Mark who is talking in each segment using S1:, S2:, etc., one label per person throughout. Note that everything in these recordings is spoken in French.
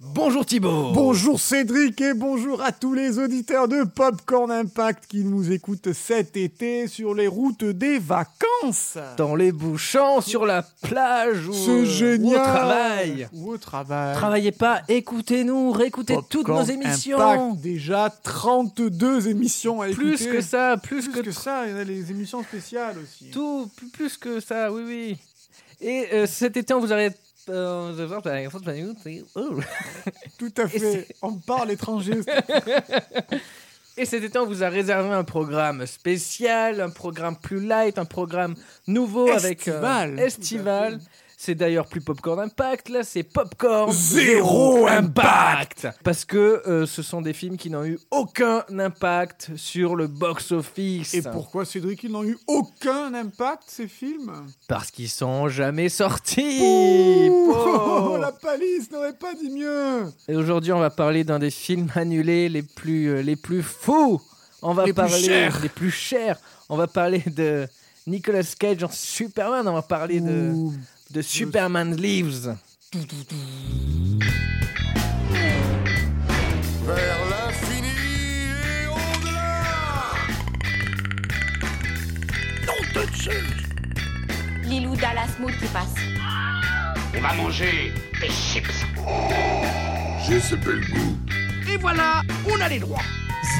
S1: Bonjour Thibaut
S2: Bonjour Cédric et bonjour à tous les auditeurs de Popcorn Impact qui nous écoutent cet été sur les routes des vacances.
S1: Dans les bouchons, sur la plage ou,
S2: C'est
S1: euh, ou au
S2: génial.
S1: travail.
S2: Ou au travail.
S1: Travaillez pas, écoutez-nous, réécoutez toutes nos
S2: Popcorn
S1: émissions.
S2: Impact, déjà 32 émissions à
S1: Plus
S2: écouter.
S1: que ça, plus,
S2: Plus
S1: que,
S2: que ça, il y en a les émissions spéciales aussi.
S1: tout, plus- plus que ça, oui, oui. Et euh, cet été, on vous arrête. euh, de voir, par exemple, oh.
S2: Tout à
S1: Et
S2: fait. On parle étranger.
S1: Et cet été, on vous a réservé un programme spécial, un programme plus light, un programme nouveau avec
S2: Estival.
S1: euh, estival. C'est d'ailleurs plus Popcorn Impact, là c'est Popcorn
S2: Zéro Impact.
S1: Parce que euh, ce sont des films qui n'ont eu aucun impact sur le box-office.
S2: Et pourquoi Cédric, ils n'ont eu aucun impact ces films
S1: Parce qu'ils sont jamais sortis
S2: Ouh,
S1: Pauvre.
S2: Oh, La palisse n'aurait pas dit mieux.
S1: Et aujourd'hui, on va parler d'un des films annulés les plus, euh, les plus fous. On va
S2: Les plus
S1: parler
S2: chers.
S1: des plus chers. On va parler de Nicolas Cage en Superman. On va parler de,
S2: Ouh.
S1: de Superman Leaves.
S3: vers l'infini et au-delà.
S4: Lilou Dallas Mood qui passe.
S5: On va manger des chips.
S3: J'ai ce bel goût.
S5: Et voilà, on a les droits.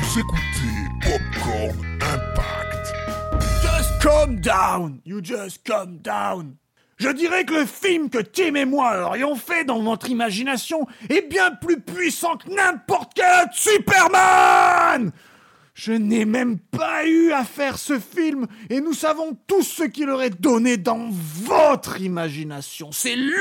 S3: Vous écoutez Popcorn Impact.
S2: Just calm down, you just calm down. Je dirais que le film que Tim et moi aurions fait dans notre imagination est bien plus puissant que n'importe quel autre Superman Je n'ai même pas eu à faire ce film et nous savons tous ce qu'il aurait donné dans votre imagination. C'est LE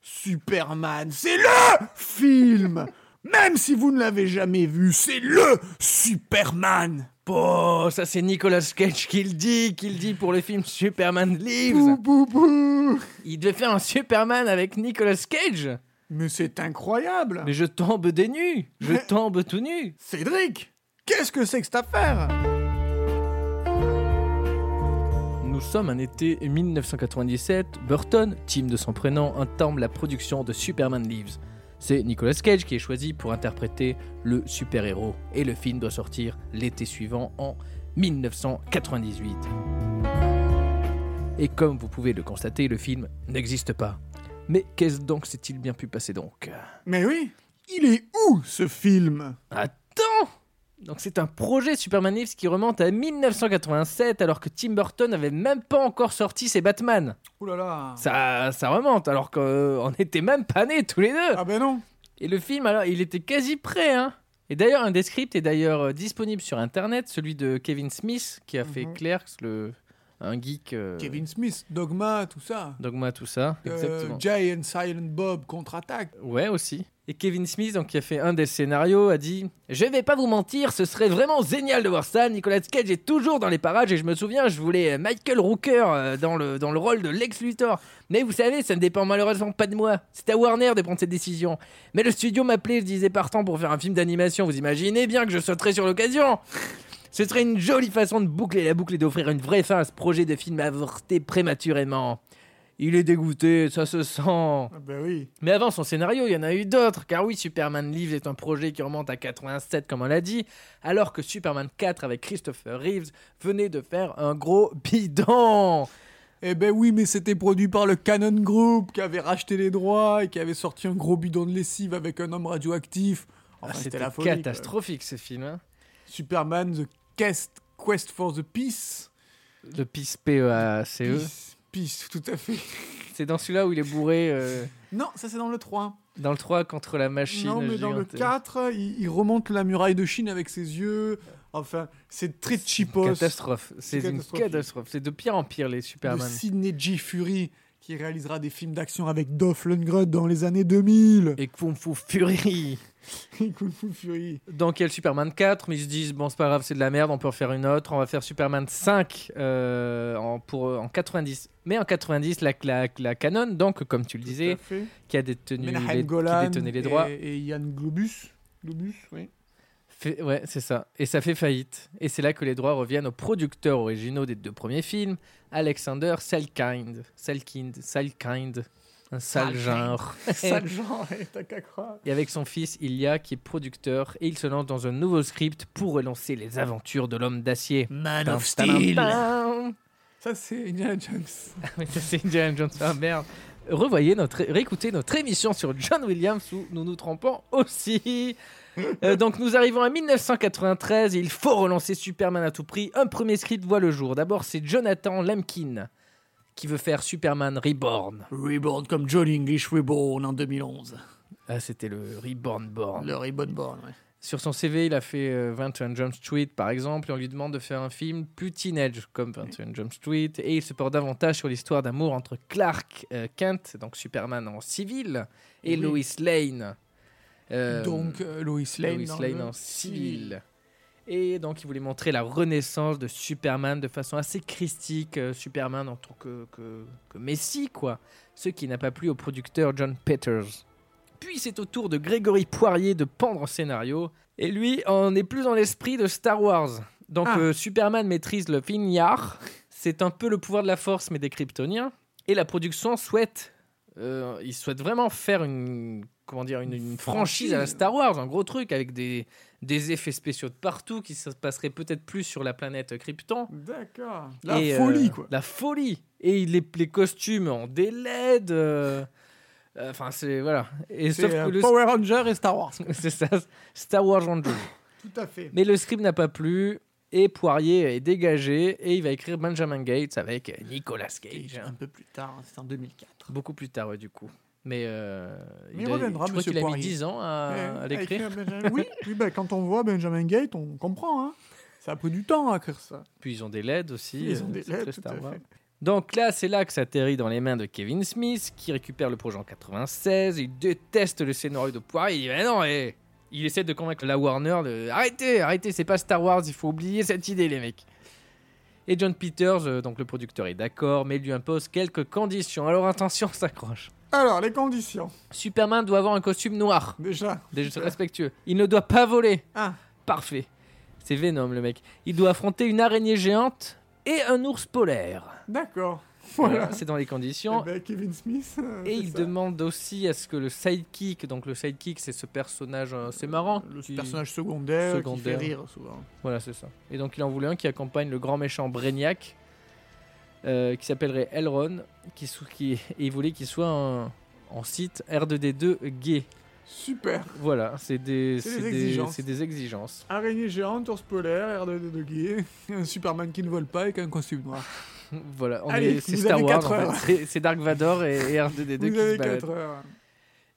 S2: Superman, c'est LE film Même si vous ne l'avez jamais vu, c'est LE Superman
S1: Bon, ça c'est Nicolas Cage qui le dit, qui le dit pour le film Superman
S2: Bou,
S1: Leaves.
S2: bou, bou.
S1: Il devait faire un Superman avec Nicolas Cage.
S2: Mais c'est incroyable
S1: Mais je tombe des nues. Je
S2: Mais-
S1: tombe tout nu.
S2: Cédric Qu'est-ce que c'est que cette affaire
S1: Nous sommes un été 1997. Burton, team de son prénom, entame la production de Superman Lives. C'est Nicolas Cage qui est choisi pour interpréter le super-héros. Et le film doit sortir l'été suivant en 1998. Et comme vous pouvez le constater, le film n'existe pas. Mais qu'est-ce donc s'est-il bien pu passer donc
S2: Mais oui Il est où ce film
S1: Attends Donc c'est un projet Superman Lives qui remonte à 1987 alors que Tim Burton n'avait même pas encore sorti ses Batman.
S2: Ouh là là
S1: Ça, ça remonte, alors qu'on n'était même pas nés tous les deux.
S2: Ah ben non
S1: Et le film, alors, il était quasi prêt, hein. Et d'ailleurs, un des scripts est d'ailleurs euh, disponible sur Internet, celui de Kevin Smith, qui a fait
S2: Mhm.
S1: Clerks, le, un geek. euh,
S2: Kevin Smith, Dogma, tout ça.
S1: Dogma, tout ça.
S2: Euh,
S1: Exactement.
S2: Jay and Silent Bob contre-attaque.
S1: Ouais, aussi. Et Kevin Smith, donc, qui a fait un des scénarios, a dit Je vais pas vous mentir, ce serait vraiment génial de voir ça. Nicolas Cage est toujours dans les parages et je me souviens, je voulais euh, Michael Rooker euh, dans le, dans le rôle de Lex Luthor. Mais vous savez, ça ne dépend malheureusement pas de moi. C'est à Warner de prendre cette décision. Mais le studio m'appelait, je disais partant pour faire un film d'animation. Vous imaginez bien que je sauterais sur l'occasion ce serait une jolie façon de boucler la boucle et d'offrir une vraie fin à ce projet de film avorté prématurément. Il est dégoûté, ça se sent.
S2: Ah ben oui.
S1: Mais avant son scénario, il y en a eu d'autres, car oui, Superman Lives est un projet qui remonte à 87, comme on l'a dit, alors que Superman 4 avec Christopher Reeves venait de faire un gros bidon.
S2: Eh ben oui, mais c'était produit par le Canon Group qui avait racheté les droits et qui avait sorti un gros bidon de lessive avec un homme radioactif. Enfin,
S1: Ah,
S2: c'était
S1: C'était
S2: la folie. quoi.
S1: catastrophique ce film. hein.
S2: Superman, The Quest, Quest for the Peace.
S1: Le PIS
S2: E
S1: PEACE.
S2: Peace, peace, tout à fait.
S1: C'est dans celui-là où il est bourré euh,
S2: Non, ça c'est dans le 3.
S1: dans le 3 contre la machine.
S2: Non, mais dans le
S1: gigante.
S2: 4, il, il remonte la muraille de Chine avec ses yeux. Enfin, c'est très cheapos.
S1: Catastrophe. C'est
S2: C'est
S1: une
S2: catastrophique.
S1: catastrophe. C'est de pire en pire les
S2: De
S1: Superman.
S2: Sidney G. Fury, qui réalisera des films d'action avec Dolph Lundgren dans les années 2000.
S1: Et Kung Fu Fury.
S2: Et Kung Fu Fury.
S1: dans quel Superman 4, mais ils se disent bon c'est pas grave c'est de la merde, on peut en faire une autre, on va faire Superman 5 euh, en, pour, en 90. Mais en 90 la, la, la canon donc comme tu le disais
S2: Tout à fait.
S1: qui a détenu
S2: Menahem
S1: les,
S2: Golan
S1: qui détenait les
S2: et-
S1: droits,
S2: Et Yann Globus. Globus, oui.
S1: fait- ouais c'est ça et ça fait faillite et c'est là que les droits reviennent aux producteurs originaux des deux premiers films, Alexander Selkind, Selkind, Selkind Un sale genre.
S2: Sale genre, eh, et t'as qu'à croire.
S1: Et avec son fils Ilya, qui est producteur, et il se lance dans un nouveau script pour relancer les aventures de l'homme d'acier.
S2: Man
S1: Tin,
S2: of
S1: tin, tin,
S2: Steel.
S1: tin.
S2: Ça, c'est Indiana Jones.
S1: Ah, Mais ça, c'est Indiana Jones. Ah merde. Revoyez notre, réécoutez notre émission sur John Williams où nous nous trompons aussi. Euh, donc nous arrivons à 1993 et il faut relancer Superman à tout prix. Un premier script voit le jour. D'abord c'est Jonathan Lemkin qui veut faire Superman Reborn.
S2: Reborn comme John English Reborn en 2011.
S1: Ah c'était le Reborn Born.
S2: Le Reborn Born, ouais.
S1: Sur son CV il a fait euh, 21 Jump Street par exemple et on lui demande de faire un film plus teenage comme 21 Jump Street et il se porte davantage sur l'histoire d'amour entre Clark euh, Kent, donc Superman en civil, et
S2: Oui.
S1: Lois Lane. Euh,
S2: Donc, euh, Lois Lane.
S1: Lois
S2: dans
S1: Lane
S2: le
S1: en civil. Et donc, il voulait montrer la renaissance de Superman de façon assez christique. euh, Superman en tant que, que, que messie, quoi. Ce qui n'a pas plu au producteur John Peters. Puis c'est au tour de Grégory Poirier de pendre en scénario. Et lui, on est plus dans l'esprit de Star Wars. Donc,
S2: Ah.
S1: euh, Superman maîtrise le Vinyar. C'est un peu le pouvoir de la force, mais des Kryptoniens. Et la production souhaite. euh, il souhaite vraiment faire une. Comment dire Une, une franchise à la Star Wars, un gros truc, avec des, des effets spéciaux de partout qui se passeraient peut-être plus sur la planète Krypton.
S2: D'accord. La
S1: Et, euh,
S2: folie, quoi.
S1: La folie Et les, les costumes en des LED. euh, euh, Enfin, c'est. Voilà. Et
S2: C'est
S1: sauf que
S2: euh,
S1: le.
S2: Power Ranger et Star Wars.
S1: c'est ça, Star Wars Andrew.
S2: Tout à fait.
S1: Mais le script n'a pas plu et Poirier est dégagé et il va écrire Benjamin Gates avec euh, Nicolas Cage.
S2: Un peu plus tard, hein, c'est en 2004.
S1: Beaucoup plus tard, ouais, du coup. Mais, euh,
S2: Mais il
S1: a-
S2: reviendra,
S1: je crois
S2: monsieur
S1: qu'il a mis
S2: Poirier.
S1: 10 ans à, à
S2: Eh,
S1: l'écrire.
S2: écrire Benjamin- oui, oui bah, quand on voit Benjamin Gate, on comprend. Hein. Ça a pris du temps à écrire ça.
S1: Puis ils ont des LED aussi.
S2: Ils ont
S1: euh,
S2: des
S1: c'est
S2: LED,
S1: très
S2: tout
S1: Star
S2: à
S1: Wars.
S2: fait.
S1: Donc là, c'est là que ça atterrit dans les mains de Kevin Smith, qui récupère le projet en 96. Il déteste le scénario de Poirier. Il dit Mais non, eh Il essaie de convaincre la Warner de arrêtez, arrêtez, c'est pas Star Wars, il faut oublier cette idée, les mecs. Et John Peters, euh, donc le producteur, est d'accord, mais lui impose quelques conditions. Alors attention, on s'accroche.
S2: Alors, les conditions,
S1: Superman doit avoir un costume noir,
S2: déjà.
S1: déjà respectueux. Il ne doit pas voler.
S2: Ah,
S1: Parfait. C'est Venom, le mec. Il doit affronter une araignée géante et un ours polaire.
S2: d'accord. Voilà.
S1: Voilà, C'est dans Euh, les
S2: Eh
S1: conditions.
S2: ben, Kevin Smith. euh,
S1: Et
S2: c'est
S1: il
S2: ça.
S1: demande aussi à ce que le sidekick, donc le sidekick, c'est ce personnage, euh, c'est marrant.
S2: Le
S1: qui-
S2: personnage secondaire, qui fait
S1: Secondaire.
S2: rire souvent.
S1: Voilà, c'est ça. Et donc il en voulait un qui accompagne le grand méchant Brainiac, euh, qui s'appellerait Elron, qui, sou- qui et il voulait qu'il soit un- en site R2D2 gay.
S2: Super.
S1: Voilà, c'est des,
S2: C'est des
S1: c'est des-
S2: exigences.
S1: c'est des exigences.
S2: Araignée géante, ours polaire, R2D2 gay, un Superman qui ne vole pas avec un costume noir.
S1: Voilà, on
S2: Allez,
S1: est- c'est
S2: vous
S1: Star
S2: avez
S1: Wars,
S2: quatre
S1: en fait.
S2: heures.
S1: C'est- c'est Dark Vador et, et R2D2 qui
S2: Vous
S1: se
S2: avez
S1: baladent.
S2: 4 heures.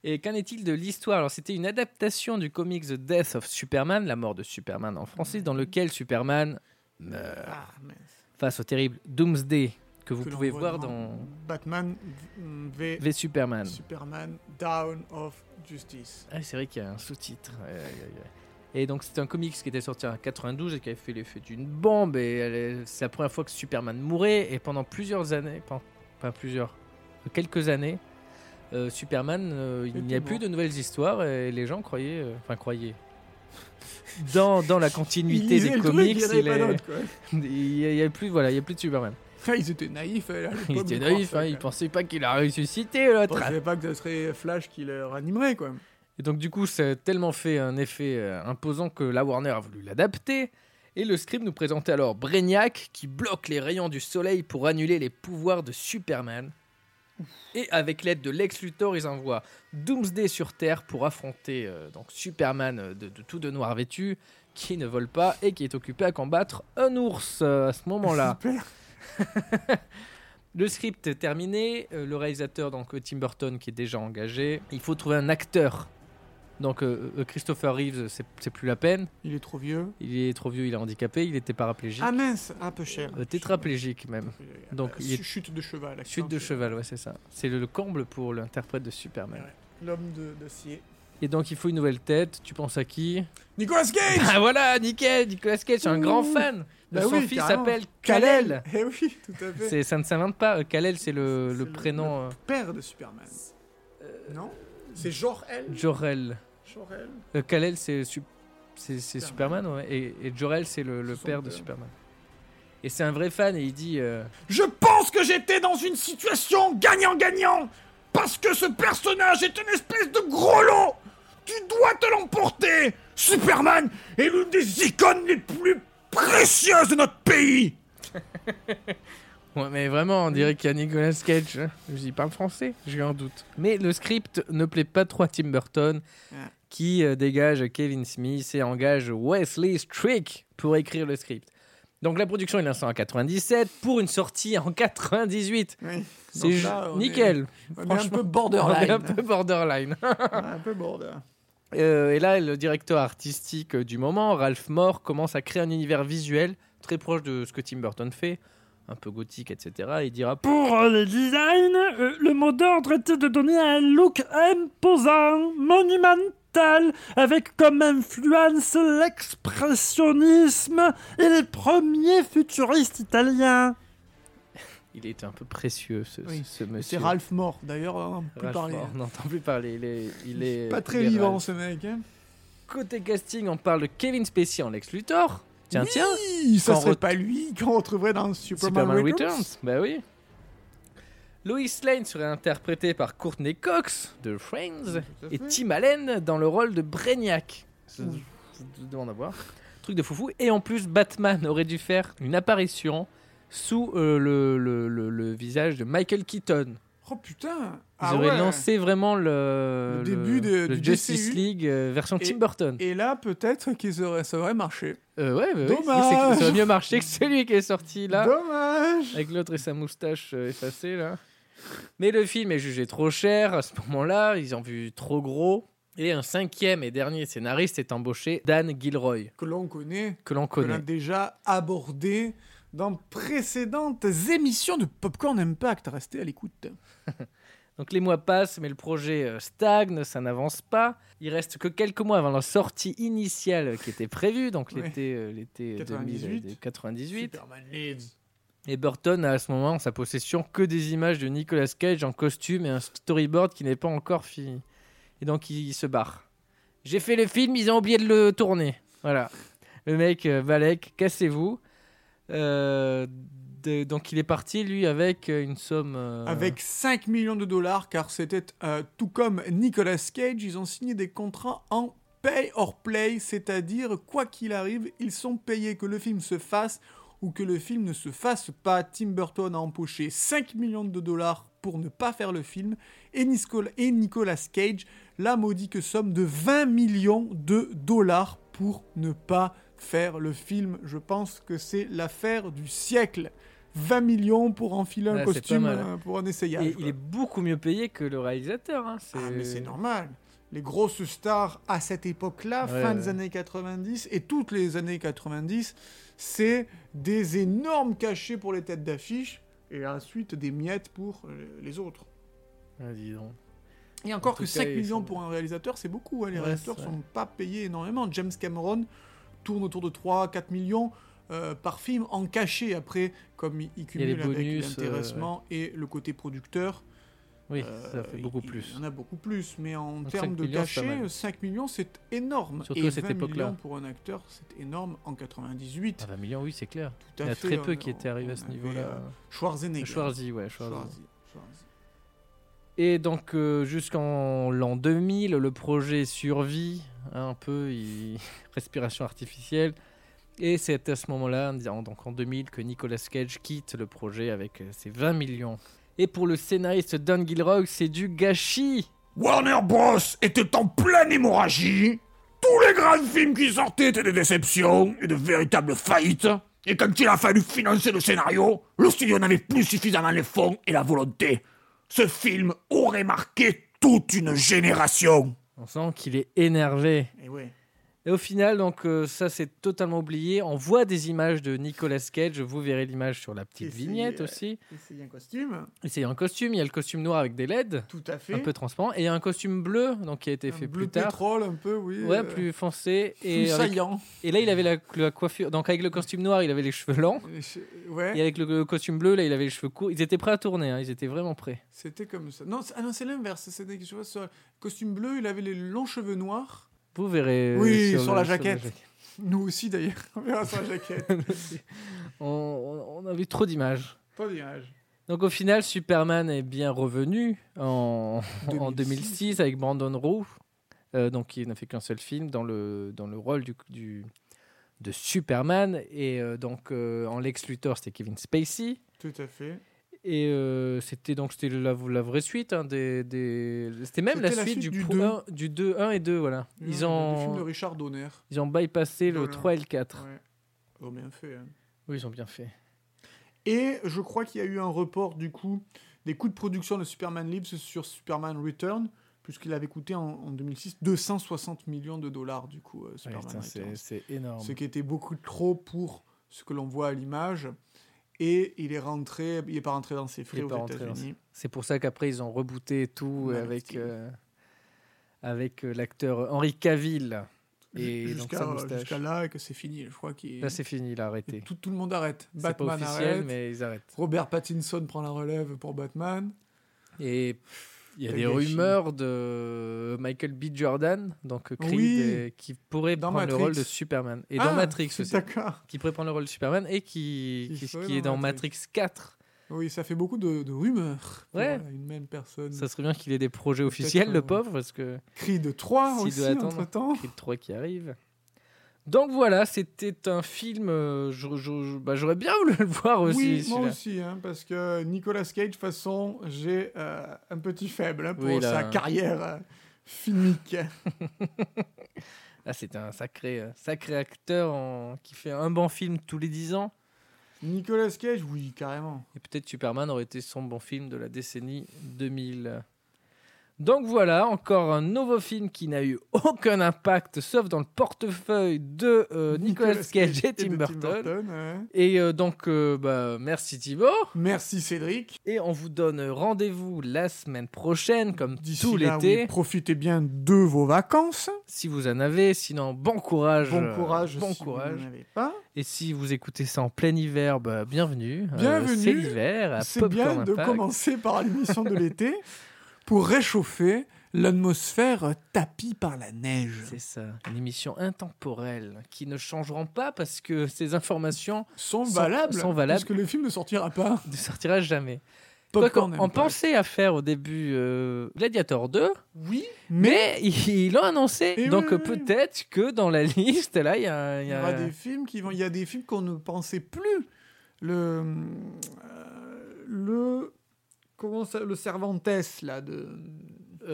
S1: Et qu'en est-il de l'histoire Alors, c'était une adaptation du comics The Death of Superman, la mort de Superman en français, dans lequel Superman meurt
S2: Ah, mince.
S1: face au terrible Doomsday que Euh, vous
S2: Que l'on
S1: pouvez
S2: voit
S1: voir
S2: devant
S1: dans
S2: Batman v,
S1: V Superman.
S2: Superman Down of Justice.
S1: Ah, c'est vrai qu'il y a un sous-titre. Aïe, aïe, aïe. Et donc, c'était un comics qui était sorti en 92 et qui avait fait l'effet d'une bombe. Et elle est- c'est la première fois que Superman mourait. Et pendant plusieurs années, pen- pas plusieurs, quelques années, euh, Superman, euh, il
S2: Était
S1: n'y a
S2: mort.
S1: plus de nouvelles histoires. Et les gens croyaient, euh, enfin, croyaient. Dans, dans la continuité
S2: lisaient
S1: des
S2: le
S1: comics,
S2: truc, il n'y en
S1: il
S2: avait pas
S1: est-
S2: d'autres, quoi.
S1: il y a, il y a plus voilà, il y a plus de Superman.
S2: Ah, Ils étaient naïfs. euh, à l'époque,
S1: Il était
S2: de croire
S1: naïf,
S2: ça,
S1: hein, il
S2: quoi.
S1: pensait pas qu'il a ressuscité l'autre.
S2: Ils pensaient pas que ce serait euh, Flash qui le ranimerait, quoi.
S1: Et donc du coup, ça a tellement fait un effet euh, imposant que la Warner a voulu l'adapter. Et le script nous présentait alors Brainiac qui bloque les rayons du soleil pour annuler les pouvoirs de Superman. Et avec l'aide de Lex Luthor, ils envoient Doomsday sur Terre pour affronter euh, donc Superman euh, de, de tout de noir vêtu qui ne vole pas et qui est occupé à combattre un ours euh, à ce moment-là.
S2: Super.
S1: Le script est terminé, euh, le réalisateur donc euh, Tim Burton qui est déjà engagé. Il faut trouver un acteur. Donc euh, euh, Christopher Reeves, c'est c'est plus la peine.
S2: Il est trop vieux.
S1: Il est trop vieux, il est handicapé, il était paraplégique,
S2: Ah mince, un peu cher.
S1: Euh, tétraplégique même. Donc,
S2: Euh,
S1: il est-
S2: Chute de cheval. accent
S1: Chute de
S2: sur-
S1: cheval, ouais c'est ça. C'est le, le comble pour l'interprète de Superman.
S2: Ouais. L'homme de- d'acier.
S1: Et donc il faut une nouvelle tête. Tu penses à qui
S2: Nicolas Cage
S1: Ah voilà, nickel, Nicolas Cage, c'est un
S2: Ouh.
S1: grand fan. De
S2: Bah
S1: son
S2: oui,
S1: fils
S2: carrément.
S1: s'appelle
S2: Kalel
S1: Kalel.
S2: Eh oui, tout à fait.
S1: C'est- Ça ne s'invente pas. euh, Kalel, c'est le,
S2: C'est
S1: le
S2: le-
S1: prénom
S2: père de Superman. Non C'est Jor-El
S1: euh, Jor-El.
S2: Jor-El
S1: Euh, Kal-El, c'est Sup- c'est- c'est
S2: Superman.
S1: Superman, ouais. et, et Jor-El, c'est le, le
S2: Son
S1: père de
S2: père.
S1: Superman. Et c'est un vrai fan, et il dit euh,
S2: Je pense que j'étais dans une situation gagnant-gagnant
S6: Parce que ce personnage est une espèce de gros lot Tu dois te l'emporter Superman est l'une des icônes les plus précieuses de notre pays
S1: Ouais, mais vraiment, on dirait qu'il y a Nicolas Cage. hein. Je dis parle français, j'ai un doute. Mais le script ne plaît pas trop à Tim Burton, qui euh, dégage Kevin Smith et engage Wesley Strick pour écrire le script. Donc la production est lancée en 97 pour une sortie en 98.
S2: Oui.
S1: C'est
S2: Donc
S1: ju-
S2: là, on est-
S1: nickel.
S2: on est un
S1: Franchement,
S2: peu
S1: on est
S2: borderline.
S1: un peu borderline.
S2: un peu hein. border.
S1: Euh, et là, le directeur artistique euh, du moment, Ralph Moore, commence à créer un univers visuel très proche de ce que Tim Burton fait, un peu gothique, etc. Il dira
S7: Pour euh, le design, euh, le mot d'ordre était de donner un look imposant, monumental, avec comme influence l'expressionnisme et les premiers futuristes italiens.
S1: Il était un peu précieux, ce,
S2: Oui,
S1: ce monsieur.
S2: C'est Ralph Mort, d'ailleurs, on n'en peut plus
S1: Ralph
S2: parler.
S1: Moore, on n'entend plus parler. Il est, il est
S2: Pas très
S1: il est
S2: vivant,
S1: Ralph.
S2: ce mec. hein.
S1: Côté casting, on parle de Kevin Spacey en Lex Luthor. Tiens,
S2: Oui,
S1: tiens.
S2: Ça
S1: Quand
S2: serait
S1: re-
S2: pas lui qu'on retrouverait dans Superman,
S1: Superman
S2: Returns.
S1: Returns. Bah oui. Lois Lane serait interprétée par Courtney Cox de Friends et Tim Allen dans le rôle de Brainiac. Je je demande à voir. Truc de foufou. Et en plus, Batman aurait dû faire une apparition sous euh, le, le- le- le visage de Michael Keaton.
S2: Oh putain
S1: Ils
S2: Ah
S1: auraient
S2: ouais.
S1: lancé vraiment le,
S2: Le début de-
S1: le
S2: du
S1: Justice
S2: DCU.
S1: League euh, version
S2: Et-
S1: Tim Burton.
S2: Et là, peut-être qu'ils auraient, ça aurait marché.
S1: Euh, ouais, bah oui, c'est-
S2: Dommage.
S1: c'est- ça aurait mieux marché que celui qui est sorti là.
S2: Dommage
S1: Avec l'autre et sa moustache euh, effacée, là. Mais le film est jugé trop cher à ce moment-là, ils ont vu trop gros. Et un cinquième et dernier scénariste est embauché, Dan Gilroy,
S2: Que l'on connaît,
S1: que l'on
S2: que l'on a
S1: connaît.
S2: déjà abordé dans précédentes émissions de Popcorn Impact. Restez à l'écoute.
S1: Donc les mois passent, mais le projet euh, stagne, ça n'avance pas. Il reste que quelques mois avant la sortie initiale euh, qui était prévue, donc
S2: Ouais.
S1: l'été euh, l'été
S2: 98.
S1: 2000, 98.
S2: Superman Lives.
S1: Et Burton a à ce moment en sa possession que des images de Nicolas Cage en costume et un storyboard qui n'est pas encore fini. Et donc il se barre. J'ai fait le film, ils ont oublié de le tourner. Voilà. Le mec, euh, Valek, cassez-vous. Euh, de- donc il est parti, lui, avec euh, une somme... euh,
S2: Avec 5 millions de dollars, car c'était euh, tout comme Nicolas Cage, ils ont signé des contrats en pay or play, c'est-à-dire quoi qu'il arrive, ils sont payés que le film se fasse ou que le film ne se fasse pas. Tim Burton a empoché 5 millions de dollars pour ne pas faire le film et, Niscol- et Nicolas Cage la modique somme de 20 millions de dollars pour ne pas faire le film. Je pense que c'est l'affaire du siècle. 20 millions pour enfiler un
S1: Ouais, c'est pas
S2: costume
S1: mal.
S2: euh, pour un essayage.
S1: Et
S2: quoi.
S1: il est beaucoup mieux payé que le réalisateur. hein. C'est-
S2: Ah, mais c'est normal. Les grosses stars à cette époque-là,
S1: Ouais,
S2: fin
S1: ouais.
S2: des années 90 et toutes les années 90, c'est des énormes cachets pour les têtes d'affiche et ensuite des miettes pour euh, les autres.
S1: Ah, dis donc.
S2: Et encore
S1: tout
S2: que
S1: cas,
S2: 5
S1: ils
S2: millions
S1: sont-
S2: pour un réalisateur, c'est beaucoup. hein. Les
S1: Ouais,
S2: réalisateurs
S1: c'est
S2: sont pas payés énormément. James Cameron tourne autour de 3-4 millions euh, par film en cachet. Après, comme il, il
S1: y a les
S2: cumule avec
S1: bonus, euh,
S2: l'intéressement et le côté producteur,
S1: Oui, ça
S2: euh,
S1: fait
S2: il-
S1: beaucoup
S2: il
S1: plus.
S2: y en a beaucoup plus. Mais en
S1: Donc, 5
S2: termes de
S1: millions, c'est pas
S2: cachet,
S1: mal.
S2: 5 millions, c'est énorme.
S1: Surtout
S2: et
S1: à cette
S2: 20
S1: époque-là.
S2: millions pour un acteur, c'est énorme. En 98,
S1: Ah, 20 millions, oui, c'est clair. Il
S2: tout à
S1: y en a
S2: fait,
S1: très peu
S2: on-
S1: qui étaient arrivés à ce
S2: on avait,
S1: niveau-là.
S2: euh, Schwarzenegger.
S1: Schwarzy, ouais, Schwarzy.
S2: Schwarzy, Schwarzy.
S1: Et donc euh, jusqu'en l'an 2000, le projet survit hein, un peu, il- respiration artificielle. Et c'est à ce moment-là, en- donc en 2000, que Nicolas Cage quitte le projet avec euh, ses 20 millions. Et pour le scénariste Don Gilroy, c'est du gâchis.
S6: Warner Bros. était en pleine hémorragie. Tous les grands films qui sortaient étaient des déceptions et de véritables faillites. Et quand il a fallu financer le scénario, le studio n'avait plus suffisamment les fonds et la volonté. Ce film aurait marqué toute une génération.
S1: On sent qu'il est énervé.
S2: Et ouais.
S1: Et au final, donc euh, ça c'est totalement oublié. On voit des images de Nicolas Cage. Vous verrez l'image sur la petite
S2: Essayez,
S1: vignette
S2: ouais.
S1: aussi.
S2: Essayer un costume,
S1: Et c'est un costume. Il y a le costume noir avec des E LED,
S2: tout à fait.
S1: un peu transparent, et il y a un costume bleu, donc qui a été
S2: Un
S1: fait
S2: bleu
S1: plus tard.
S2: pétrole un peu, oui.
S1: Ouais,
S2: euh,
S1: plus foncé.
S2: plus
S1: Et, avec-
S2: saillant.
S1: et là, il avait la, la coiffure. Donc, avec le costume noir, il avait les cheveux lents.
S2: Et je- Ouais,
S1: Et avec le, le costume bleu, là, il avait les cheveux courts. Ils étaient prêts à tourner. hein, Ils étaient vraiment prêts.
S2: c'était comme ça. Non, c'est- ah non, c'est l'inverse. C'était quelque chose sur costume bleu, il avait les longs cheveux noirs.
S1: Vous verrez. euh,
S2: Oui,
S1: le-
S2: sur la jaquette.
S1: jaquette.
S2: Nous aussi d'ailleurs, on verra sur la jaquette.
S1: On, on- on a vu trop d'images.
S2: Pas d'image.
S1: Donc au final, Superman est bien revenu en en
S2: 2006.
S1: 2006 avec Brandon Roux, euh, donc il n'a fait qu'un seul film dans le dans le rôle du, du- de Superman et euh, donc euh, en Lex Luthor c'était Kevin Spacey
S2: Tout à fait.
S1: et euh, c'était donc c'était la, la vraie suite hein, des, des- c'était même la,
S2: C'était la
S1: suite,
S2: suite
S1: du
S2: du
S1: pro-
S2: deux.
S1: un- du 2 1 et 2 voilà. Ils
S2: Le film de
S1: ont
S2: Richard Donner.
S1: ils ont bypassé le
S2: Voilà.
S1: 3 et le 4.
S2: Ouais. Ils ont
S1: Oh,
S2: bien fait. hein.
S1: Oui, ils ont bien fait.
S2: Et je crois qu'il y a eu un report du coup des coûts de production de Superman Lives sur Superman Return, puisqu'il avait coûté en, en 2006 260 millions de dollars du coup euh,
S1: Ouais,
S2: Superman
S1: putain,
S2: Returns.
S1: c'est c'est énorme.
S2: ce qui était beaucoup trop pour ce que l'on voit à l'image. Et il est rentré, il est pas rentré dans ses
S1: Il
S2: frais
S1: est pas
S2: aux
S1: rentré dans
S2: États-Unis.
S1: C'est pour ça qu'après ils ont rebooté et tout
S2: Man
S1: euh,
S2: of
S1: avec
S2: Steel.
S1: euh, avec euh, l'acteur Henri Cavill et donc sa
S2: Jusqu'à
S1: moustache.
S2: jusqu'à là, et que c'est fini. Je crois qu'il
S1: Là c'est fini, il a arrêté.
S2: tout, tout le monde arrête.
S1: C'est pas
S2: Batman
S1: officiel,
S2: arrête.
S1: mais ils arrêtent.
S2: Robert Pattinson prend la relève pour Batman.
S1: Et pff, il y a
S2: Le
S1: des
S2: gâchis.
S1: rumeurs de Michael B. Jordan, donc Creed,
S2: Oui.
S1: euh, qui pourrait
S2: Dans
S1: prendre le
S2: Matrix.
S1: rôle de Superman. Et dans
S2: Ah,
S1: Matrix aussi.
S2: D'accord.
S1: Qui pourrait prendre le rôle de Superman et qui,
S2: Qui
S1: qui,
S2: serait
S1: qui est
S2: dans
S1: dans Matrix,
S2: Matrix.
S1: 4.
S2: Oui, ça fait beaucoup de, de rumeurs. pour,
S1: Ouais.
S2: euh, une même personne.
S1: Ça serait bien qu'il ait des projets officiels,
S2: euh,
S1: le pauvre, parce que
S2: Creed 3
S1: S'il
S2: aussi,
S1: doit attendre.
S2: entre-temps.
S1: Creed 3 qui arrive. Donc voilà, c'était un film. euh, je- je- je- bah, J'aurais bien voulu le voir aussi.
S2: oui, moi
S1: celui-là.
S2: aussi, hein, parce que Nicolas Cage, de toute façon, j'ai euh, un petit faible hein, pour
S1: Oui, là.
S2: sa carrière euh, filmique.
S1: Ah, c'est un sacré, euh, sacré acteur en- qui fait un bon film tous les 10 ans.
S2: Nicolas Cage, oui, carrément.
S1: Et peut-être Superman aurait été son bon film de la décennie 2000. Donc voilà, encore un nouveau film qui n'a eu aucun impact, sauf dans le portefeuille de euh, Nicolas, Cage et
S2: de
S1: Tim Burton.
S2: hein.
S1: Et euh, donc, euh, bah, merci Thibaut.
S2: Merci Cédric.
S1: Et on vous donne rendez-vous la semaine prochaine, comme
S2: D'ici
S1: tout
S2: là,
S1: l'été.
S2: oui, profitez bien de vos vacances.
S1: Si vous en avez, sinon bon courage.
S2: Bon
S1: euh,
S2: courage.
S1: Bon
S2: si vous
S1: courage.
S2: n'en avez pas.
S1: Et si vous écoutez ça en plein hiver, bah, bienvenue. Euh,
S2: Bienvenue.
S1: c'est l'hiver. à
S2: C'est
S1: Popcorn
S2: bien de
S1: Impact.
S2: commencer par l'émission de l'été pour réchauffer l'atmosphère tapie par la neige.
S1: C'est ça, une émission intemporelle qui ne changeront pas parce que ces informations
S2: Sont
S1: sont-
S2: valables,
S1: sont valables.
S2: parce que le film ne sortira pas.
S1: ne sortiront jamais. Quoi qu'on-
S2: Popcorn
S1: on
S2: Impact.
S1: pensait à faire au début euh, Gladiator 2,
S2: Oui,
S1: mais ils ils l'ont annoncé.
S2: Et
S1: Donc
S2: oui, oui, oui.
S1: peut-être que dans la liste, là, il y a, un- il
S2: il
S1: y
S2: y
S1: a
S2: aura
S1: un-
S2: des films qui vont. Il y a des films qu'on ne pensait plus. Le euh, le comment ça, le Cervantes là de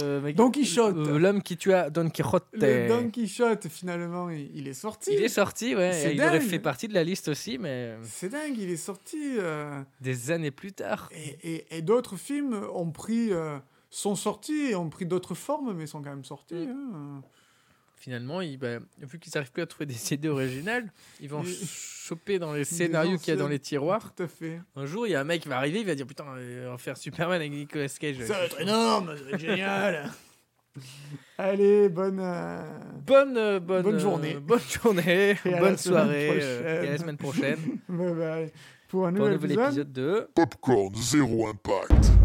S1: euh, mec-
S2: Don Quichotte.
S1: euh, L'homme qui tua Don Quichotte.
S2: le Don Quichotte finalement il, il est sorti.
S1: Il est sorti, ouais.
S2: C'est
S1: Il aurait
S2: dingue.
S1: fait partie de la liste aussi, mais
S2: C'est dingue, il est sorti. euh,
S1: des années plus tard.
S2: et et- et d'autres films ont pris euh, sont sortis et ont pris d'autres formes mais sont quand même sortis.
S1: Mm.
S2: hein.
S1: Finalement, il, bah, vu qu'ils n'arrivent plus à trouver des CD originales, ils vont
S2: Et-
S1: choper dans les scénarios qu'il y a dans
S2: anciens.
S1: les tiroirs.
S2: Tout à fait.
S1: Un jour, il y a un mec qui va arriver, il va dire Putain, euh, on va faire Superman avec Nicolas Cage.
S2: Ça va être énorme, ça va être génial. Allez, bonne. euh,
S1: Bonne, euh, bonne,
S2: Bonne
S1: euh,
S2: journée.
S1: bonne journée,
S2: Et à la
S1: bonne
S2: semaine
S1: soirée, euh, et à la
S2: prochaine.
S1: semaine prochaine
S2: Bye bye. Pour un
S1: pour un
S2: nouvel
S1: nouvel
S2: épisode.
S1: épisode de.
S3: Popcorn zéro impact.